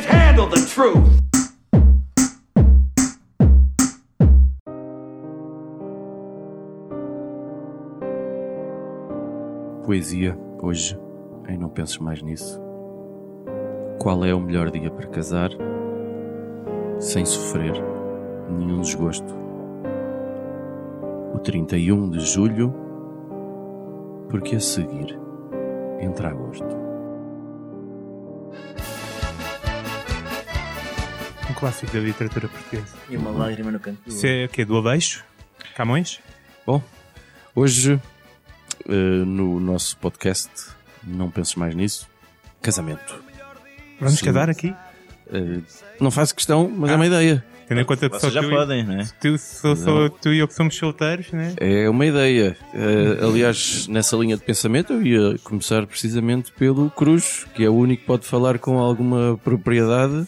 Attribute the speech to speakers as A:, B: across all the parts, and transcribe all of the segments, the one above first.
A: the truth.
B: Poesia, hoje, em Não Penses Mais Nisso. Qual é o melhor dia para casar? Sem sofrer nenhum desgosto. O 31 de julho, porque a seguir entra agosto.
C: Um clássico da literatura portuguesa.
D: E uma lágrima no canto do
C: Isso é o quê? Do Aleixo? Camões?
B: Hoje, eh, no nosso podcast, Não Penses Mais Nisso, casamento.
C: Vamos
B: Sim.
C: casar aqui?
B: Eh, não faço questão, mas é uma
C: Ah.
B: ideia.
C: Tendo em conta que só
D: Vocês já
C: tu,
D: podem, não é?
C: tu, só, só tu e eu que somos solteiros, né?
B: É uma ideia. Eh, aliás, nessa linha de pensamento, eu ia começar precisamente pelo Cruz, que é o único que pode falar com alguma propriedade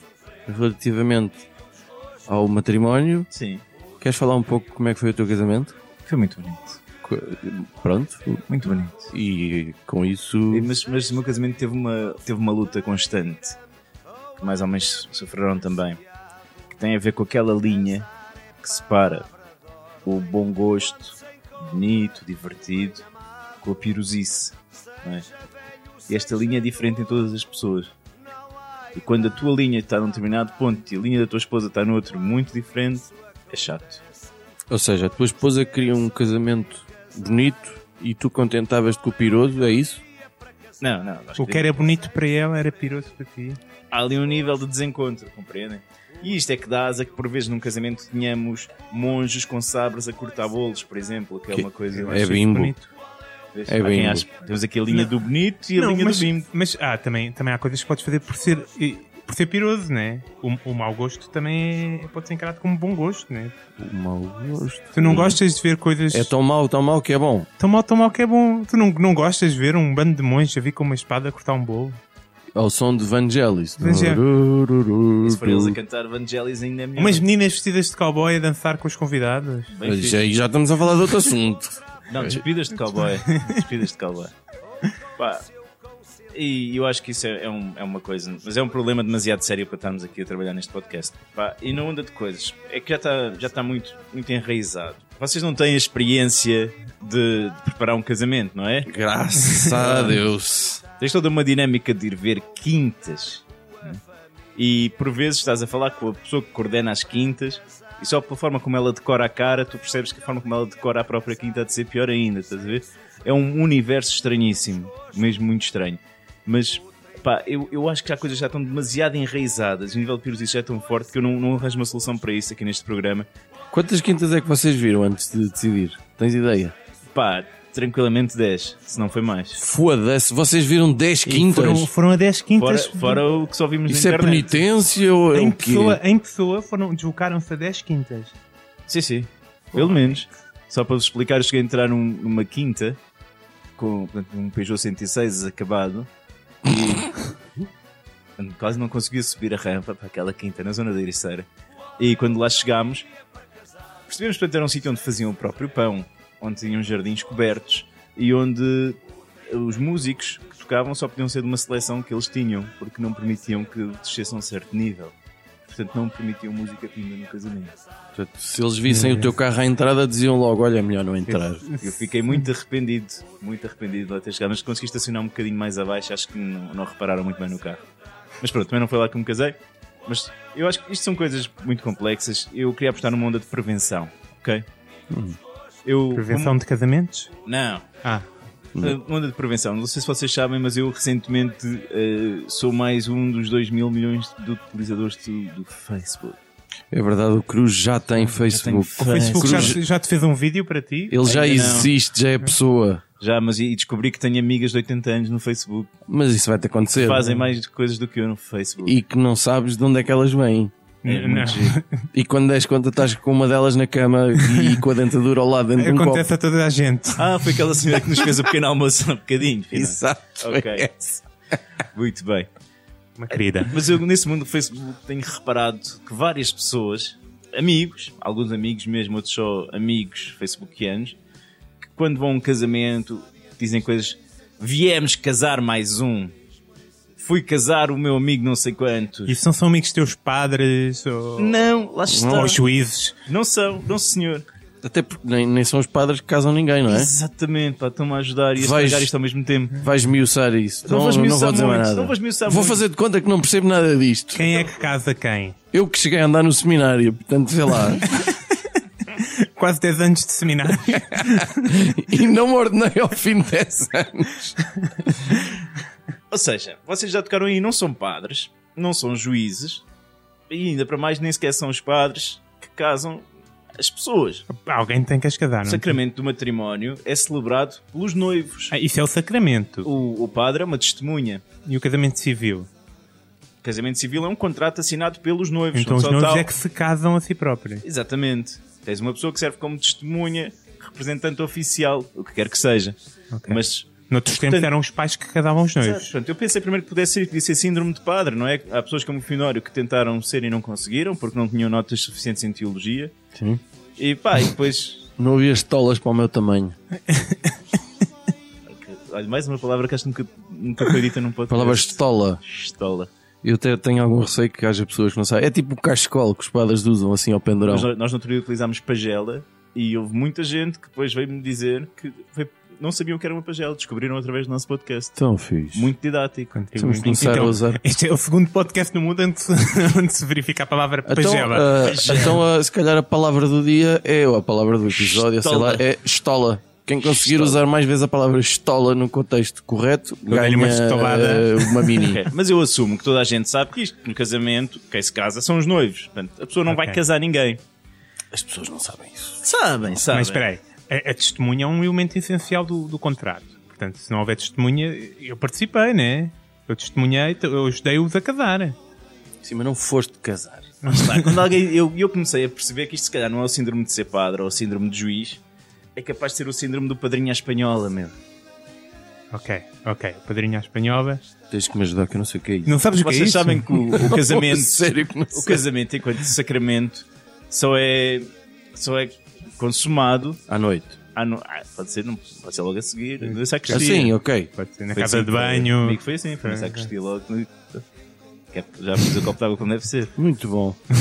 B: relativamente ao matrimónio.
D: Sim.
B: Queres falar um pouco como é que foi o teu casamento?
D: Foi muito bonito.
B: Co- Pronto,
D: Muito bonito.
B: e com isso.
D: E- Mas, mas o meu casamento teve uma, teve uma luta constante que mais homens sofreram também. Que tem a ver com aquela linha que separa o bom gosto, bonito, divertido, com a pirosice. não é? E esta linha é diferente em todas as pessoas. E quando a tua linha está num determinado ponto e a linha da tua esposa está no outro muito diferente, é chato.
B: Ou seja, a tua esposa queria um casamento bonito e tu contentavas-te com o piroso, é isso?
D: Não, não. nós
C: O que é era bonito para ela era piroso para ti.
D: há ali um nível de desencontro, compreendem? E isto é que dá asa que por vezes num casamento tenhamos monges com sabres a cortar bolos, por exemplo, que é
B: Que-
D: uma coisa... eu
B: É
D: acho
B: bimbo.
C: Bonito.
D: que-
B: é
D: há quem
B: bimbo.
D: ache- Temos aqui a linha do bonito e a linha
C: mas,
D: do bimbo.
C: mas ah, também, também há coisas que podes fazer por ser, e- por ser piroso, né? O, o mau gosto também é- pode ser encarado como bom gosto, né?
B: O mau gosto.
C: Tu
D: Uhum.
C: não gostas de ver coisas
B: É tão mau, tão mau que é bom.
C: tão mal, tão mal que é bom. Tu não, não gostas de ver um bando de monges a vir com uma espada a cortar um bolo.
D: Uhum.
B: Ao som de Vangelis.
C: Vangelis.
B: Turururu.
D: E Se for eles a cantar Vangelis ainda é melhor.
C: Umas meninas vestidas de cowboy a dançar com os convidados.
D: Bem
B: Mas
D: fixe.
B: aí já estamos a falar de outro assunto.
D: Não, despidas de cowboy. despidas de cowboy. Pá. E eu acho que isso é, é um- é uma coisa, mas é um problema demasiado sério para estarmos aqui a trabalhar neste podcast. Pá, e na onda de coisas, é que já está, já está muito, muito enraizado. Vocês não têm a experiência de, de preparar um casamento, não é?
B: Graças a Deus.
D: Tens toda uma dinâmica de ir ver quintas. né? E por vezes estás a falar com a pessoa que coordena as quintas e só pela forma como ela decora a cara, tu percebes que a forma como ela decora a própria quinta há de ser pior ainda, estás a ver? É um universo estranhíssimo, mesmo muito estranho. Mas pá, eu, eu acho que já coisas já estão demasiado enraizadas, o nível de pirosice já é tão forte que eu não, não arranjo uma solução para isso aqui neste programa.
B: Quantas quintas é que vocês viram antes de decidir? Tens ideia?
D: Pá, tranquilamente 10, se não foi mais.
B: Foda-se, vocês viram 10 quintas?
C: Foram, foram a 10
D: Fora,
C: quintas.
D: fora o que só vimos
B: Isso
D: na
B: é
D: internet.
B: penitência ou é
C: Em
B: o quê?
C: pessoa, em pessoa foram, deslocaram-se a 10 quintas.
D: Sim, sim. Pelo menos. Só para vos explicar, eu cheguei a entrar num- numa quinta com portanto, um Peugeot 106 acabado e quase não conseguia subir a rampa para aquela quinta na zona da Ericeira. E quando lá chegámos, percebemos que era um sítio onde faziam o próprio pão, onde tinham jardins cobertos e onde eh, os músicos que tocavam só podiam ser de uma seleção que eles tinham, porque não permitiam que descessem a um certo nível. Portanto, não permitiam música vinda no casamento.
B: Portanto, Se eles vissem o teu carro à entrada, diziam logo: olha, é melhor não entrar.
D: Eu fiquei muito arrependido, muito arrependido de lá ter chegado, mas consegui estacionar um bocadinho mais abaixo, acho que não, não repararam muito bem no carro. Mas pronto, também não foi lá que me casei. Mas eu acho que isto são coisas muito complexas. Eu queria apostar numa onda de prevenção, ok? Eu,
C: Hum. Prevenção de casamentos?
D: como- Não,
C: Ah,
D: uma onda de prevenção. Não sei se vocês sabem, mas eu recentemente eh, sou mais um dos 2 mil milhões de utilizadores do, do Facebook.
B: É verdade, o Cruz já tem Facebook.
D: tenho
C: o Facebook já,
B: Cruz-
C: te- já te fez um vídeo para ti?
B: Ele já
D: Ainda não.
B: existe, já é pessoa.
D: Já, mas e e descobri que tenho amigas de 80 anos no Facebook
B: Mas isso vai-te acontecer.
D: que fazem mais coisas do que eu no Facebook.
B: E que não sabes de onde é que elas vêm.
D: É
C: N-
D: muito
C: não.
D: giro.
B: E quando des conta, estás com uma delas na cama e com a dentadura ao lado dentro de um copo.
C: Acontece a toda a gente.
D: Ah, foi aquela senhora que nos fez o pequeno almoço há um bocadinho. filha.
B: Exato.
D: Ok.
B: é.
D: Muito bem.
C: Uma querida.
D: Mas eu, nesse mundo do Facebook, tenho reparado que várias pessoas, amigos, alguns amigos mesmo, outros só amigos facebookianos, que quando vão a um casamento dizem coisas: viemos casar mais um. Fui casar o meu amigo não sei quantos.
C: Isso não são amigos teus padres ou,
D: Não, lá está.
C: ou juízes.
D: Não são, não senhor.
B: Até porque nem, nem são os padres que casam ninguém, não é?
D: Exatamente, pá, estão-me a ajudar e a
B: Vais-
D: estragar isto ao mesmo tempo.
B: Vais miuçar isso.
D: Não
B: Não,
D: vais
B: não
D: miuçar
B: vou dizer mais
D: muito,
B: nada.
D: não vais miuçar
B: vou
D: muito.
B: fazer de conta que não percebo nada disto.
C: Quem é que casa quem?
B: Eu que cheguei a andar no seminário, portanto, sei lá.
C: Quase 10 anos de seminário.
B: e não me ordenei ao fim de 10 anos.
D: Ou seja, vocês já tocaram aí, não são padres, não são juízes, e ainda para mais nem sequer são os padres que casam as pessoas.
C: Uhum. Alguém tem que as casar,
D: O
C: não? é?
D: sacramento do matrimónio é celebrado pelos noivos.
C: Ah, isso é o sacramento.
D: O, o padre é uma testemunha.
C: E o casamento civil.
D: Casamento civil é um contrato assinado pelos noivos.
C: Então
D: não
C: os
D: só
C: noivos
D: tal.
C: é que se casam a si próprios.
D: Exatamente. Tens uma pessoa que serve como testemunha, representante oficial, o que quer que seja.
C: Ok.
D: Mas
C: Noutros tempos
D: Portanto-
C: eram os pais que casavam os noivos.
D: Portanto, eu pensei primeiro que pudesse ser, podia ser síndrome de padre, não é? Há pessoas como o Finório que tentaram ser e não conseguiram porque não tinham notas suficientes em teologia.
B: Sim.
D: E pá, e depois.
B: Não havia estolas para o meu tamanho.
D: Olha, mais uma palavra que acho que nunca, nunca foi dita num
B: A
D: podcast.
B: palavra estola.
D: Estola.
B: Eu até tenho algum receio que haja pessoas que não sabem. É tipo o cachecol que os padres usam assim ao pendurão.
D: Nós, nós no outro dia utilizámos pagela e houve muita gente que depois veio-me dizer que foi- não sabiam o que era uma pagela, descobriram através do nosso podcast.
B: Tão fixe.
D: Muito didático. É
B: Temos que começar a usar.
C: Este é o segundo podcast no mundo onde se, onde se verifica a palavra
B: Então,
C: pagela.
B: ah, então ah, se calhar a palavra do dia é, ou a palavra do episódio, sei lá,
D: Estola.
B: é estola. Quem conseguir usar mais vezes a palavra estola no contexto correto, ganha
C: dei-lhe uma estolada.
B: ah, uma mini.
D: Ok, É, Mas eu assumo que toda a gente sabe que isto, no casamento, quem se casa são os noivos. Portanto, a pessoa não
C: Ok.
D: vai casar ninguém.
B: As pessoas não sabem isso.
D: Sabem, sabem.
C: Mas espera aí, a, a testemunha é um elemento essencial do, do contrato. Portanto, se não houver testemunha, eu participei, né? Eu testemunhei, eu ajudei-os a casar.
B: Sim, mas não foste casar.
D: Pá, quando alguém, eu, eu comecei a perceber que isto se calhar não é o síndrome de ser padre ou o síndrome de juiz, é capaz de ser o síndrome do padrinho à espanhola, meu.
C: Ok, ok. Padrinho à espanhola.
B: Tens que me ajudar, que eu não sei o que é isso.
C: Não sabes o que é
D: Vocês
C: isso?
D: sabem que o, o casamento,
B: Sério
C: é
B: que não
D: o
B: sei.
D: casamento enquanto sacramento só é só é consumado
B: À noite.
D: à no- ah, pode ser não, pode ser logo a seguir, na sacristia.
B: Assim, ok.
C: Pode ser na
D: Foi
C: casa
D: assim
C: de
D: que-
C: banho.
D: comigo foi assim, foi na sacristia logo. no- Que é- Já fiz o copo de água como deve ser.
B: Muito bom.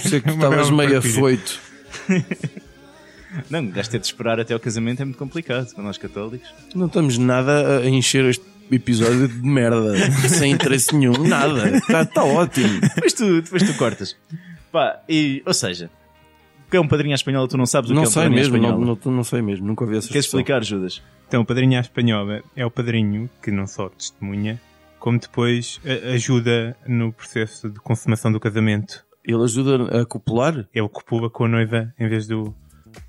B: Sei que tu
C: Uma
B: estavas
C: bela
B: meio
C: partilha.
B: afoito.
D: Não, o gajo ter de esperar até ao casamento é muito complicado para nós católicos.
B: Não estamos nada a encher este episódio de merda. sem interesse nenhum. Nada. Está tá ótimo.
D: depois, tu, depois tu cortas. Pá, e, ou seja, o que é um padrinho à espanhola? Tu não sabes o
B: Não
D: que é um
B: sei
D: padrinho à
B: mesmo. Não,
D: espanhola.
B: não, não sei mesmo. Nunca ouvi essa
D: Queres
B: expressão.
D: explicar, Judas?
C: Então, o padrinho à espanhola é o padrinho que não só testemunha, como depois a- ajuda no processo de consumação do casamento.
B: Ele ajuda a copular?
C: Ele copula com a noiva em vez do,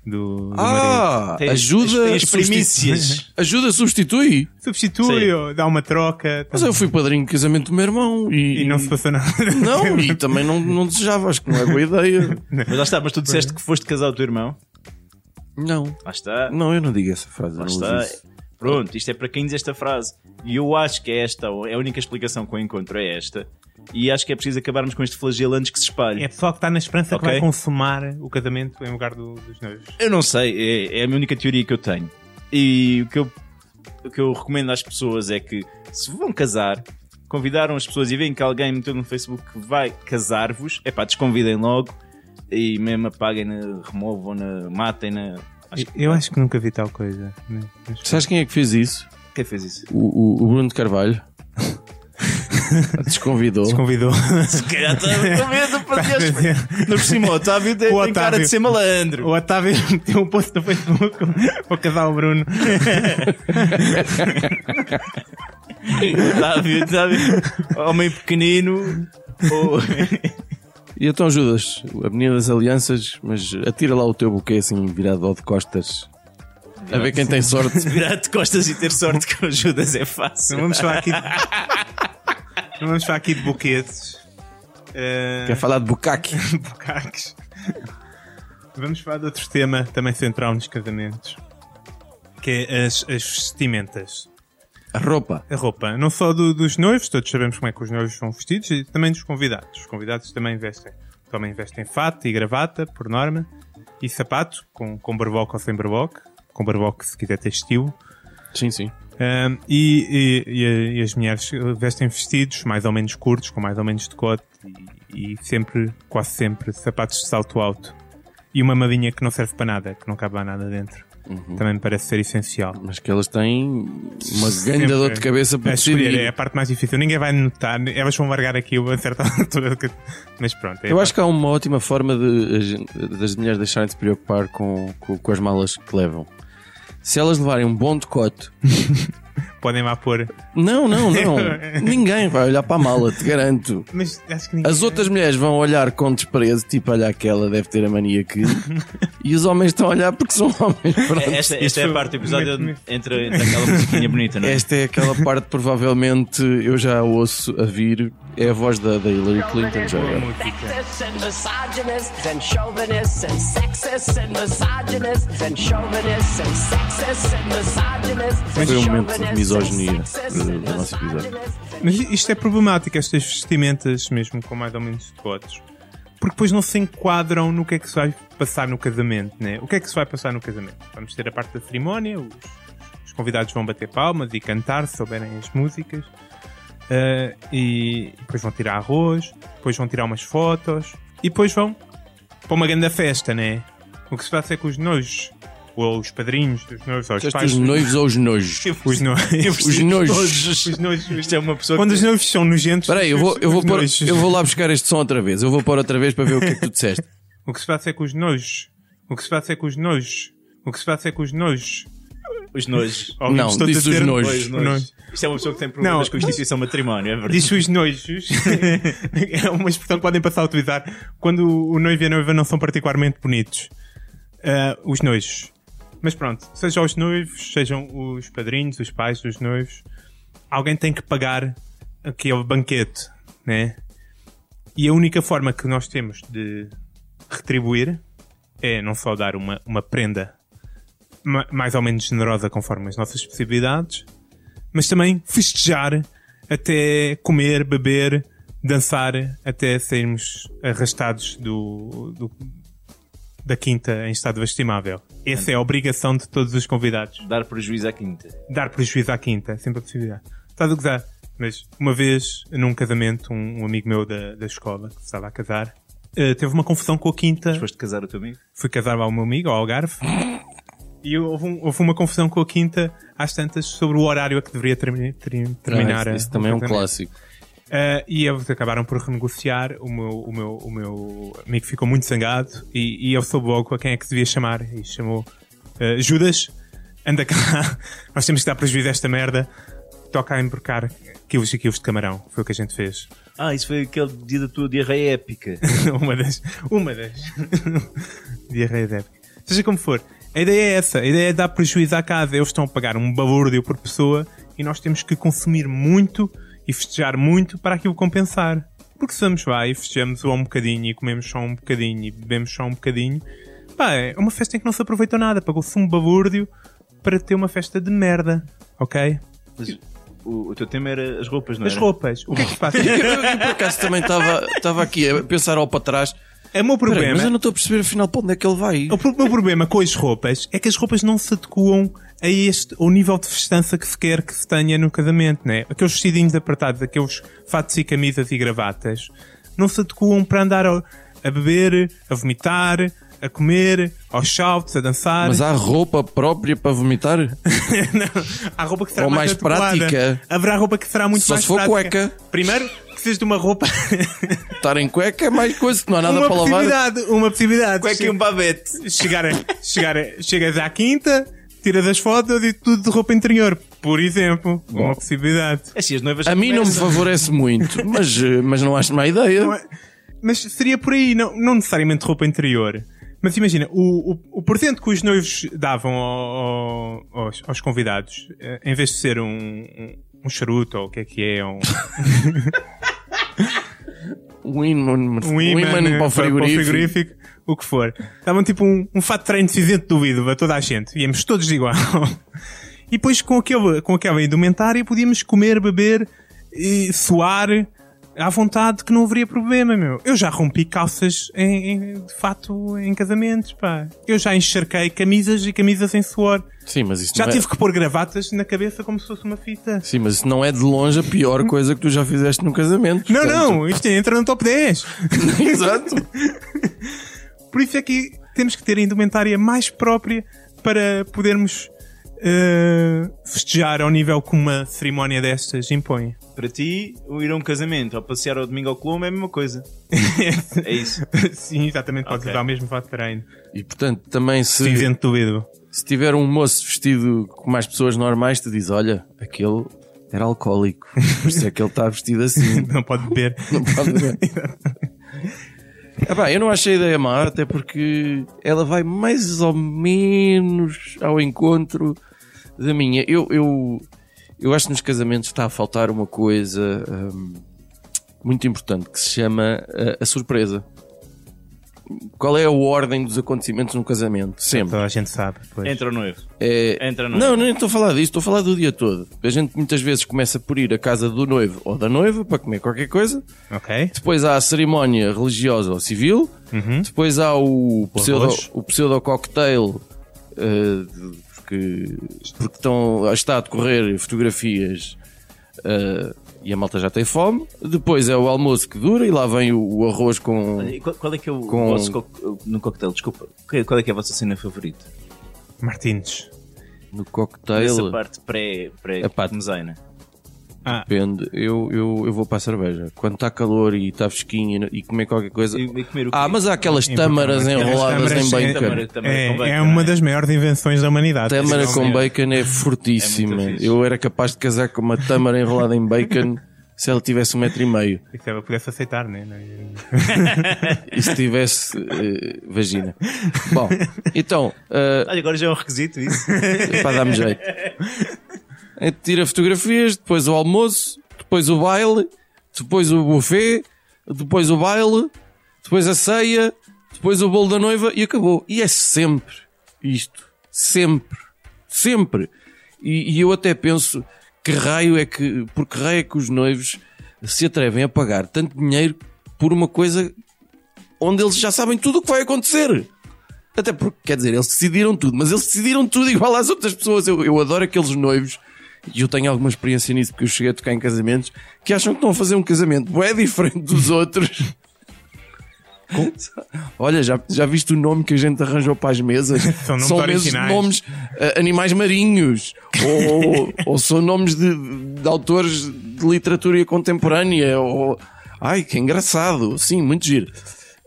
C: do, do marido.
B: Ah,
D: Tens-
B: ajuda.
D: tens- tens
B: substitu-
D: primícias.
B: Ajuda, substitui.
C: Substitui
D: Sim.
C: ou dá uma troca.
B: Mas eu fui padrinho de casamento do meu irmão e.
C: E não se passou nada.
B: Não, e também não, não desejava, acho que não é boa ideia.
D: Mas lá está, mas tu disseste que foste casar o teu irmão.
B: Não.
D: Lá está,
B: Não, eu não digo essa frase. eu
D: lá
B: não uso
D: está.
B: isso.
D: Pronto, isto é para quem diz esta frase. E eu acho que é esta, é a única explicação que eu encontro, é esta. E acho que é preciso acabarmos com este flagelo antes que se espalhe.
C: É pessoal que está na esperança
D: Ok.
C: que vai consumar o casamento em lugar do- dos noivos.
D: Eu não sei, é, é a minha única teoria que eu tenho. E o que eu, o que eu recomendo às pessoas é que, se vão casar, convidaram as pessoas e veem que alguém meteu no Facebook que vai casar-vos, é pá, desconvidem logo e mesmo apaguem-na, removam-na, matem-na. Acho que
C: Eu acho que nunca vi tal coisa. né? Mas-
B: Sabes quem é que fez isso?
D: quem fez isso?
B: O, o- o Bruno de Carvalho. Desconvidou.
C: Desconvidou.
D: Se calhar está a ver, não fazia- Não por cima, o Otávio tem,
C: O
D: tem
C: Otávio.
D: cara de ser malandro.
C: O Otávio meteu um post no Facebook para casar o Bruno.
D: O Otávio, Otávio, homem pequenino. ou-
B: E então, Judas, a Avenida das Alianças, mas atira lá o teu buquê assim virado ao de costas. A ver quem tem sorte.
D: Virar de costas e ter sorte com Judas é fácil.
C: Não vamos falar aqui de, não vamos falar aqui de buquetes. eh,
B: Quer falar de bucaque?
C: de bucaques. Vamos falar de outro tema também central nos casamentos. Que é as, as vestimentas.
B: A roupa.
C: A roupa, não só do- dos noivos, todos sabemos como é que os noivos são vestidos, e também dos convidados. Os convidados também vestem. Também vestem fato e gravata, por norma, e sapato, com, com barboca ou sem barboca. Com barboca se quiser ter estilo.
B: Sim, sim.
C: Ahm, e, e- e- e as mulheres eh, vestem vestidos mais ou menos curtos, com mais ou menos decote e, e sempre, quase sempre, sapatos de salto alto. E uma malinha que não serve para nada, que não cabe lá nada dentro.
B: Uhum.
C: Também me parece ser essencial.
B: Mas que elas têm uma grande
C: Sempre.
B: dor de cabeça para
C: A escolher
B: decidir.
C: é a parte mais difícil. Ninguém vai notar, elas vão largar aquilo a certa altura. que- Mas pronto, é
B: Eu acho que há uma ótima forma de, a gente- das mulheres deixarem de se preocupar com, com, com as malas que levam. Se elas levarem um bom decote,
C: podem lá pôr.
B: não, não, não. ninguém vai olhar para a mala, te garanto.
C: Mas acho que ninguém.
B: As outras mulheres vão olhar com desprezo, tipo, olha aquela, deve ter a mania que. e os homens estão a olhar porque são homens. Pronto.
D: Esta, esta é a
C: Isso-
D: parte do episódio
C: me- me-
D: onde entra, entra aquela musiquinha bonita, não é?
B: Esta é aquela parte, provavelmente, eu já a ouço a vir. É a voz da, da Hillary Clinton, já agora.
A: Sexist and misogynists and chauvinists and sexists and misogynists and chauvinists and sexists and misogynists and
B: Foi um momento de
A: chauvinists
B: misoginia,
A: and sexists
B: eh,
A: and
B: do nosso episódio.
A: misogynists and
C: Mas isto é problemático, estas vestimentas, mesmo com mais ou menos decotes. Porque depois não se enquadram no que é que se vai passar no casamento, né? O que é que se vai passar no casamento? Vamos ter a parte da cerimónia, os, os convidados vão bater palmas e cantar, se souberem as músicas. Ah, e depois vão tirar arroz, depois vão tirar umas fotos e depois vão para uma grande festa, né? O que se passa é que os noivos, ou os padrinhos dos noivos, ou os
B: Disseste
C: pais.
B: os noivos ou os nojos?
C: Os noivos.
B: Os nojos.
C: Os noivos.
D: Isto é uma pessoa
C: Quando
D: que.
C: os noivos são nojentos.
B: Espera aí, eu vou, eu, vou
C: os
B: pôr-
C: noivos-
B: eu vou lá buscar este som outra vez. Eu vou pôr outra vez para ver o que é que tu disseste.
C: O que se passa é que os noivos. O que se passa é que os noivos. O que se passa é que os noivos.
D: Os nojos.
C: Ouvimos
B: Não,
C: todos
B: disse
C: a
B: os
C: dizer-
B: nojos.
D: Os
C: nojos.
D: nojos. Isto é uma pessoa que tem problemas
C: Não.
D: com a instituição matrimónio, é verdade.
C: Disse os noivos. é uma expressão que podem passar a utilizar quando o noivo e a noiva não são particularmente bonitos. Ah, os noivos. Mas pronto, sejam os noivos, sejam os padrinhos, os pais dos noivos, alguém tem que pagar aquele banquete, né? E a única forma que nós temos de retribuir é não só dar uma, uma prenda ma- mais ou menos generosa conforme as nossas possibilidades, mas também festejar até comer, beber, dançar, até sairmos arrastados do, do- da quinta em estado lastimável. Essa é a obrigação de todos os convidados.
D: Dar prejuízo à quinta.
C: Dar prejuízo à quinta, é sempre a possibilidade. Estás a gozar? Mas uma vez, num casamento, um, um amigo meu da, da escola, que se estava a casar, eh, teve uma confusão com a quinta
D: Depois de casar o teu amigo.
C: fui casar lá ao meu amigo, ao Algarve, e houve, um- houve uma confusão com a Quinta às tantas sobre o horário a que deveria termi- ter- terminar.
B: Ah,
C: a-
B: isso, isso também é um
C: o casamento.
B: clássico.
C: Ah, e eles acabaram por renegociar. O meu, o meu, o meu amigo ficou muito zangado e, e eu soube logo a quem é que se devia chamar. E chamou ah, Judas, anda cá, nós temos que dar prejuízo a esta merda. Toca a embarcar quilos e quilos de camarão. Foi o que a gente fez.
D: Ah, isso foi aquele dia da tua diarreia épica.
C: uma das. Uma das. Diarreias épicas. Seja como for, a ideia é essa. A ideia é dar prejuízo à casa. Eles estão a pagar um balúrdio por pessoa e nós temos que consumir muito e festejar muito para aquilo compensar. Porque se vamos lá e festejamos só um bocadinho e comemos só um bocadinho e bebemos só um bocadinho, pá, é uma festa em que não se aproveitou nada. Pagou-se um balúrdio para ter uma festa de merda. Ok?
D: Mas o, o teu tema era as roupas, não
C: As
D: era?
C: roupas. O que é que se passa?
B: Eu, eu, por acaso também estava estava aqui a pensar ao para trás.
C: É o meu
B: Peraí, mas eu
C: problema.
B: não estou a perceber afinal para onde é que ele vai.
C: O pro- meu problema com as roupas é que as roupas não se adequam a este, ao nível de festança que se quer que se tenha no casamento, né? Aqueles vestidinhos apertados, aqueles fatos e camisas e gravatas, não se adequam para andar ao- a beber, a vomitar, a comer, aos saltos, a dançar.
B: Mas há roupa própria para vomitar?
C: Não, há roupa que será
B: Ou
C: mais,
B: mais
C: adequada.
B: prática.
C: Haverá roupa que será muito
B: Só
C: mais
B: se for
C: prática.
B: cueca.
C: Primeiro, precisas de uma roupa.
B: Estar em cueca é mais coisa, que não há nada
C: uma
B: para lavar.
C: possibilidade, uma possibilidade.
D: Cueca e um babete.
C: chegar, a- chegar, a- chegas à quinta, tiras as fotos e tudo de roupa interior, por exemplo. Uma possibilidade.
D: Assim, as noivas
B: A mim não me
D: começam.
B: favorece muito, mas, eh, mas não acho má ideia.
C: Não é- Mas seria por aí, não, não necessariamente roupa interior. Mas imagina, o, o, o presente que os noivos davam ao- ao- aos, aos convidados, eh, em vez de ser um, um, um charuto ou o que é que é, um,
B: Um imã um
C: um
B: imã
C: imã né,
B: para o frigorífico.
C: frigorífico, o que for. Davam tipo um, um fato de treino cinzento do vidro a toda a gente. Íamos todos de igual. E depois com, aquele, com aquela indumentária podíamos comer, beber, e suar, à vontade que não haveria problema, meu. Eu já rompi calças em, em- de fato em casamentos, pá. Eu já encharquei camisas e camisas em suor.
B: Sim, mas isso
C: Já
B: não é...
C: tive que pôr gravatas na cabeça como se fosse uma fita.
B: Sim, mas isso não é de longe a pior coisa que tu já fizeste num casamento.
C: Não,
B: portanto.
C: não, isto entra no top 10.
B: Exato.
C: Por isso é que temos que ter a indumentária mais própria para podermos eh, festejar ao nível que uma cerimónia destas impõe.
D: Para ti, o ir a um casamento ou passear ao domingo ao Colombo é a mesma coisa. É isso.
C: Sim, exatamente, podes
D: Ok.
C: usar o mesmo fato de treino.
B: E portanto, também
C: Sim.
B: se,
C: Isento do dedo.
B: se tiver um moço vestido com mais pessoas normais, tu diz: Olha, aquele era alcoólico. Por isso é que ele está vestido assim.
C: Não pode beber.
B: Não pode ver. Ah pá, eu não achei a ideia má, até porque ela vai mais ou menos ao encontro da minha. Eu, eu, eu acho que nos casamentos está a faltar uma coisa hum, muito importante que se chama eh, a, a surpresa. Qual é a ordem dos acontecimentos num casamento? Sempre.
C: Toda a gente sabe. Pois.
D: Entra o noivo.
B: Então, É-
D: Entra no
B: não, não estou a falar disso, estou a falar do dia todo. A gente muitas vezes começa por ir à casa do noivo ou da noiva para comer qualquer coisa.
C: Ok?
B: Depois há a cerimónia religiosa ou civil. Depois há o, pseudo,
C: arroz.
B: o pseudo-cocktail. eh, de- porque, porque estão, está a decorrer fotografias eh, e a malta já tem fome. Depois é o almoço que dura e lá vem o, o arroz com.
D: E Qual, qual é que é o
B: Com-
D: vosso co- no coquetel? Desculpa. Que- Qual é que é a vossa cena favorita?
C: Martins.
B: No
D: Essa
B: cocktail.
D: parte pré pré
B: A parte.
D: mesaina.
C: Ah,
B: Depende, eu, eu, eu vou para a cerveja. Quando está calor e está fresquinho e não- e, comer qualquer coisa.
D: E- e comer o quê?
B: Ah, mas há aquelas tâmaras
C: Aquelas
B: enroladas em
C: tâmaras, é-
B: bacon.
D: Tâmara- tâmara
C: é,
D: com bacon,
C: é uma
D: né?
C: das maiores invenções da humanidade.
B: Tâmara
C: Sim,
B: com
D: é.
B: bacon é fortíssima.
D: É muito fixe.
B: eu era capaz de casar com uma tâmara enrolada em bacon se ela tivesse um metro e meio
C: Isso ela pudesse aceitar, né? Não-
B: e se tivesse eh, vagina. Bom, então, eh,
D: Olha, agora já é um requisito isso.
B: para dar-me jeito. Eh, Tira fotografias, depois o almoço, depois o baile, depois o buffet, depois o baile, depois a ceia, depois o bolo da noiva e acabou. E é sempre isto. Sempre. Sempre. E, e eu até penso que raio é que, por que raio é que os noivos se atrevem a pagar tanto dinheiro por uma coisa onde eles já sabem tudo o que vai acontecer. Até porque, quer dizer, eles decidiram tudo, mas eles decidiram tudo igual às outras pessoas. Eu, eu adoro aqueles noivos, e eu tenho alguma experiência nisso, porque eu cheguei a tocar em casamentos, que acham que estão a fazer um casamento é diferente dos outros. Olha, já, já viste o nome que a gente arranjou para as mesas?
C: nomes
B: mesmo
C: originais.
B: nomes ah, animais marinhos, ou, ou- ou são nomes de, de autores de literatura contemporânea, ou... Ai, que engraçado. Sim, muito giro.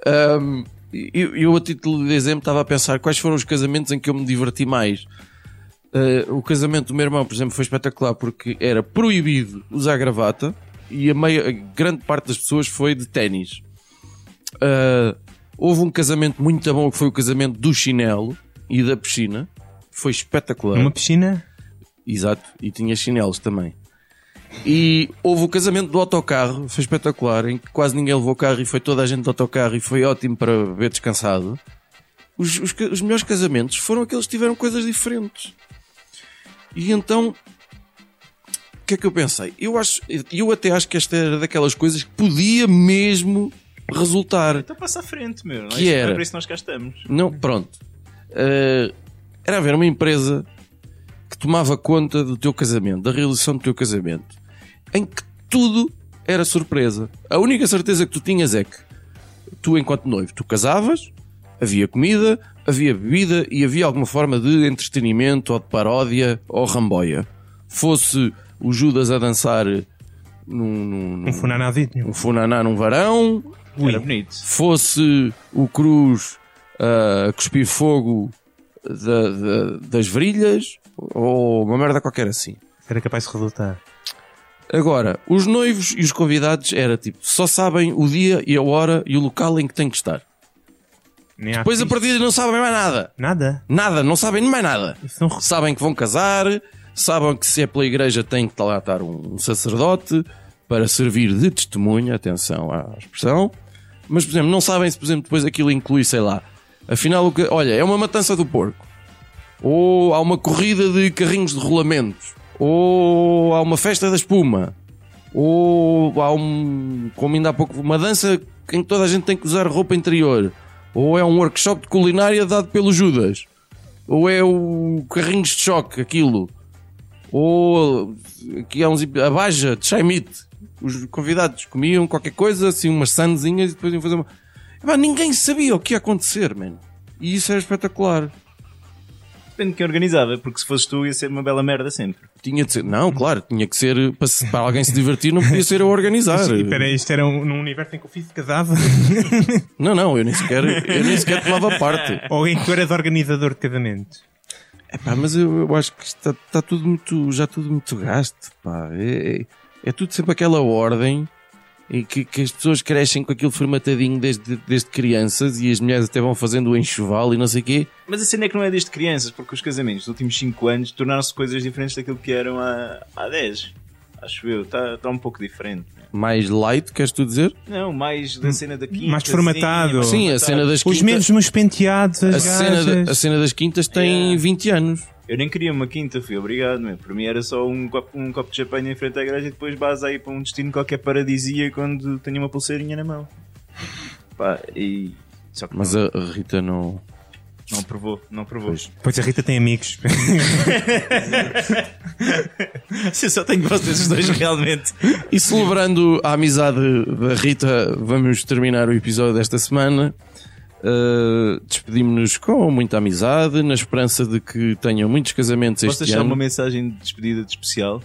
B: Ahm, eu, eu, a título de exemplo, estava a pensar quais foram os casamentos em que eu me diverti mais. Ah, o casamento do meu irmão, por exemplo, foi espetacular porque era proibido usar gravata e a, meia, a grande parte das pessoas foi de ténis. Ah, houve um casamento muito bom que foi o casamento do chinelo e da piscina. Foi espetacular.
C: Numa piscina?
B: Exato, e tinha chinelos também. E houve o casamento do autocarro, foi espetacular, em que quase ninguém levou o carro e foi toda a gente do autocarro e foi ótimo para ver descansado. Os, os ca- os melhores casamentos foram aqueles que tiveram coisas diferentes. E então, o que é que eu pensei? Eu, acho, eu até acho que esta era daquelas coisas que podia mesmo resultar.
D: Então passa à frente, meu. Não
B: Que
D: é isso-
B: era?
D: É para isso que nós cá estamos.
B: Não, pronto. Eh, era haver uma empresa que tomava conta do teu casamento, da realização do teu casamento, em que tudo era surpresa. A única certeza que tu tinhas é que tu, enquanto noivo, tu casavas, havia comida, havia bebida e havia alguma forma de entretenimento ou de paródia ou ramboia. Fosse o Judas a dançar num, num,
C: Um
B: num,
C: funanazinho.
B: um funaná num varão,
D: Era bonito.
B: fosse o Cruz ah, a cuspir fogo da- da- das virilhas ou uma merda qualquer assim.
C: Era capaz de resultar.
B: Agora, os noivos e os convidados era tipo, só sabem o dia e a hora e o local em que têm que estar.
C: Nem há
B: Depois a
C: pista.
B: partir não sabem mais nada.
C: Nada.
B: Nada, não sabem mais nada.
C: Isso não
B: Sabem que vão casar, sabem que se é pela igreja tem que lá estar um sacerdote para servir de testemunha, atenção à expressão. Mas, por exemplo, não sabem se, por exemplo, depois aquilo inclui, sei lá, afinal, o que- olha, é uma matança do porco. Ou há uma corrida de carrinhos de rolamentos. Ou há uma festa da espuma. ou há um, como ainda há pouco, uma dança em que toda a gente tem que usar roupa interior, ou é um workshop de culinária dado pelo Judas, ou é o carrinhos de choque, aquilo, ou aqui há uns a baja de Shaimite. Os convidados comiam qualquer coisa, assim, umas sandezinhas e depois iam fazer uma. Epá, ninguém sabia o que ia acontecer, mano. E isso era espetacular.
D: Depende de quem organizava, porque se fosse tu ia ser uma bela merda sempre.
B: Tinha de ser. Não, claro, tinha que ser. Para, se- para alguém se divertir, não podia ser eu a organizar.
C: E espera, isto era um, num universo em que eu fiz casava?
B: Não, não, eu nem sequer, eu nem sequer tomava parte.
C: Ou em que tu eras organizador de casamentos?
B: Epá, mas eu, eu acho que está, está tudo muito, já tudo muito gasto, pá. É, é- é tudo sempre aquela ordem e que, que as pessoas crescem com aquilo formatadinho desde, desde crianças e as mulheres até vão fazendo o enxoval e não sei o quê.
D: Mas a cena é que não é desde crianças, porque os casamentos dos últimos 5 anos tornaram-se coisas diferentes daquilo que eram há, há 10. Acho eu, está tá um pouco diferente.
B: Mais light, queres tu dizer?
D: Não, mais da cena da quinta.
C: Mais formatado.
B: Hum. Sim, a cena das
C: Os
B: quintas.
C: mesmos penteados, as
B: A cena,
C: gajas.
B: da- a cena das quintas tem
D: Yeah.
B: 20 anos.
D: Eu nem queria uma quinta, fui obrigado, meu. Para mim era só um copo, um copo de champanhe em frente à igreja e depois base aí para um destino qualquer paradisia quando tenho uma pulseirinha na mão. Pá, e. Só que
B: Mas
D: não,
B: a a Rita não.
D: não provou, não provou.
B: Pois.
C: Pois a Rita tem amigos.
D: Eu só tenho vocês dois realmente.
B: E celebrando a amizade da Rita, vamos terminar o episódio desta semana. Uh, Despedimos-nos com muita amizade, na esperança de que tenham muitos casamentos
D: Posso
B: este
D: deixar uma
B: ano.
D: mensagem de despedida de especial?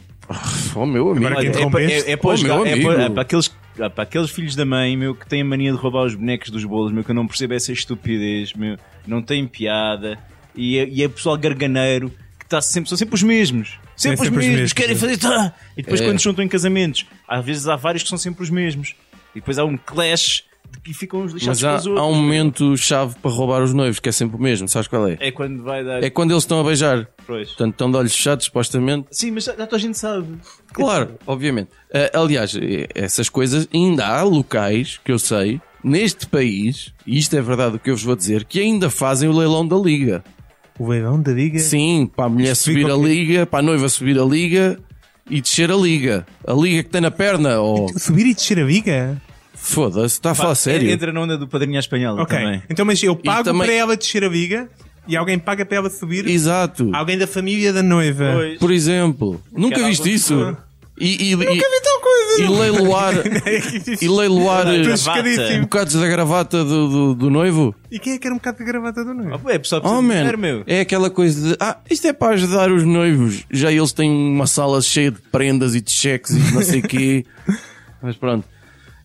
B: Oh, meu amigo.
C: Agora quem
D: Olha, é, pa- é, é, para os
B: Oh, meu
D: ga- é
B: amigo.
D: para- é para aqueles, é para aqueles filhos da mãe meu, que têm a mania de roubar os bonecos dos bolos, meu, que eu não percebo essa estupidez, meu, não tem piada. E é, e é pessoal garganeiro que está sempre, são sempre os mesmos. Sempre, os,
C: sempre os
D: mesmos,
C: mesmos,
D: querem
C: sim.
D: fazer. tá. E depois,
B: É.
D: quando se juntam em casamentos, às vezes há vários que são sempre os mesmos. E depois há um clash de que ficam uns lixados
B: Mas há,
D: com os outros.
B: há um momento-chave para roubar os noivos, que é sempre o mesmo, sabes qual é?
D: É quando vai dar.
B: É quando eles estão a beijar.
D: Pois.
B: Portanto, estão de olhos fechados, supostamente.
D: Sim, mas já, já toda a gente sabe.
B: Claro, obviamente. Ah, aliás, eh, essas coisas ainda há locais que eu sei neste país, e isto é verdade o que eu vos vou dizer, que ainda fazem o leilão da liga.
C: o leilão da diga.
B: Sim, para a mulher
C: Isto
B: subir
C: fica
B: a
C: ok.
B: liga, para a noiva subir a liga e descer a liga. A liga que tem na perna, ou.
C: Subir e descer a viga?
B: Foda-se, está a falar
D: é
B: sério.
D: Entra na onda do padrinho à espanhola
C: Ok.
D: também.
C: Então, mas eu pago
B: também-
C: para ela descer a viga e alguém paga para ela subir.
B: Exato.
C: Alguém da família da noiva.
D: Pois.
B: Por exemplo, nunca
D: Cara,
B: viste
D: algum-
B: isso? E, e, e,
C: Então, coisa.
B: e leiloar, e leiloar
D: Gravata.
B: eh,
C: pescadíssimo.
B: bocados da gravata do, do, do noivo?
C: E quem é que era um bocado de gravata da noiva?
D: Oh, é pessoal precisa
B: Oh,
D: de
B: man,
D: dinheiro, meu.
B: é aquela coisa de ah, isto é para ajudar os noivos. Já eles têm uma sala cheia de prendas e de cheques e de não sei quê. Mas pronto.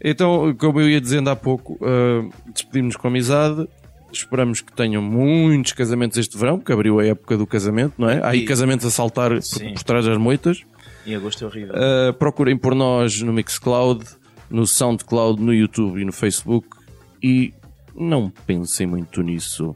B: Então, como eu ia dizendo há pouco, ah, despedimos-nos com amizade. Esperamos que tenham muitos casamentos este verão, porque abriu a época do casamento, não é? Há aí casamentos a saltar por,
D: Sim.
B: por trás das moitas.
D: Em agosto é horrível.
B: Uh, procurem por nós no Mixcloud, no Soundcloud, no YouTube e no Facebook. E não pensem muito nisso.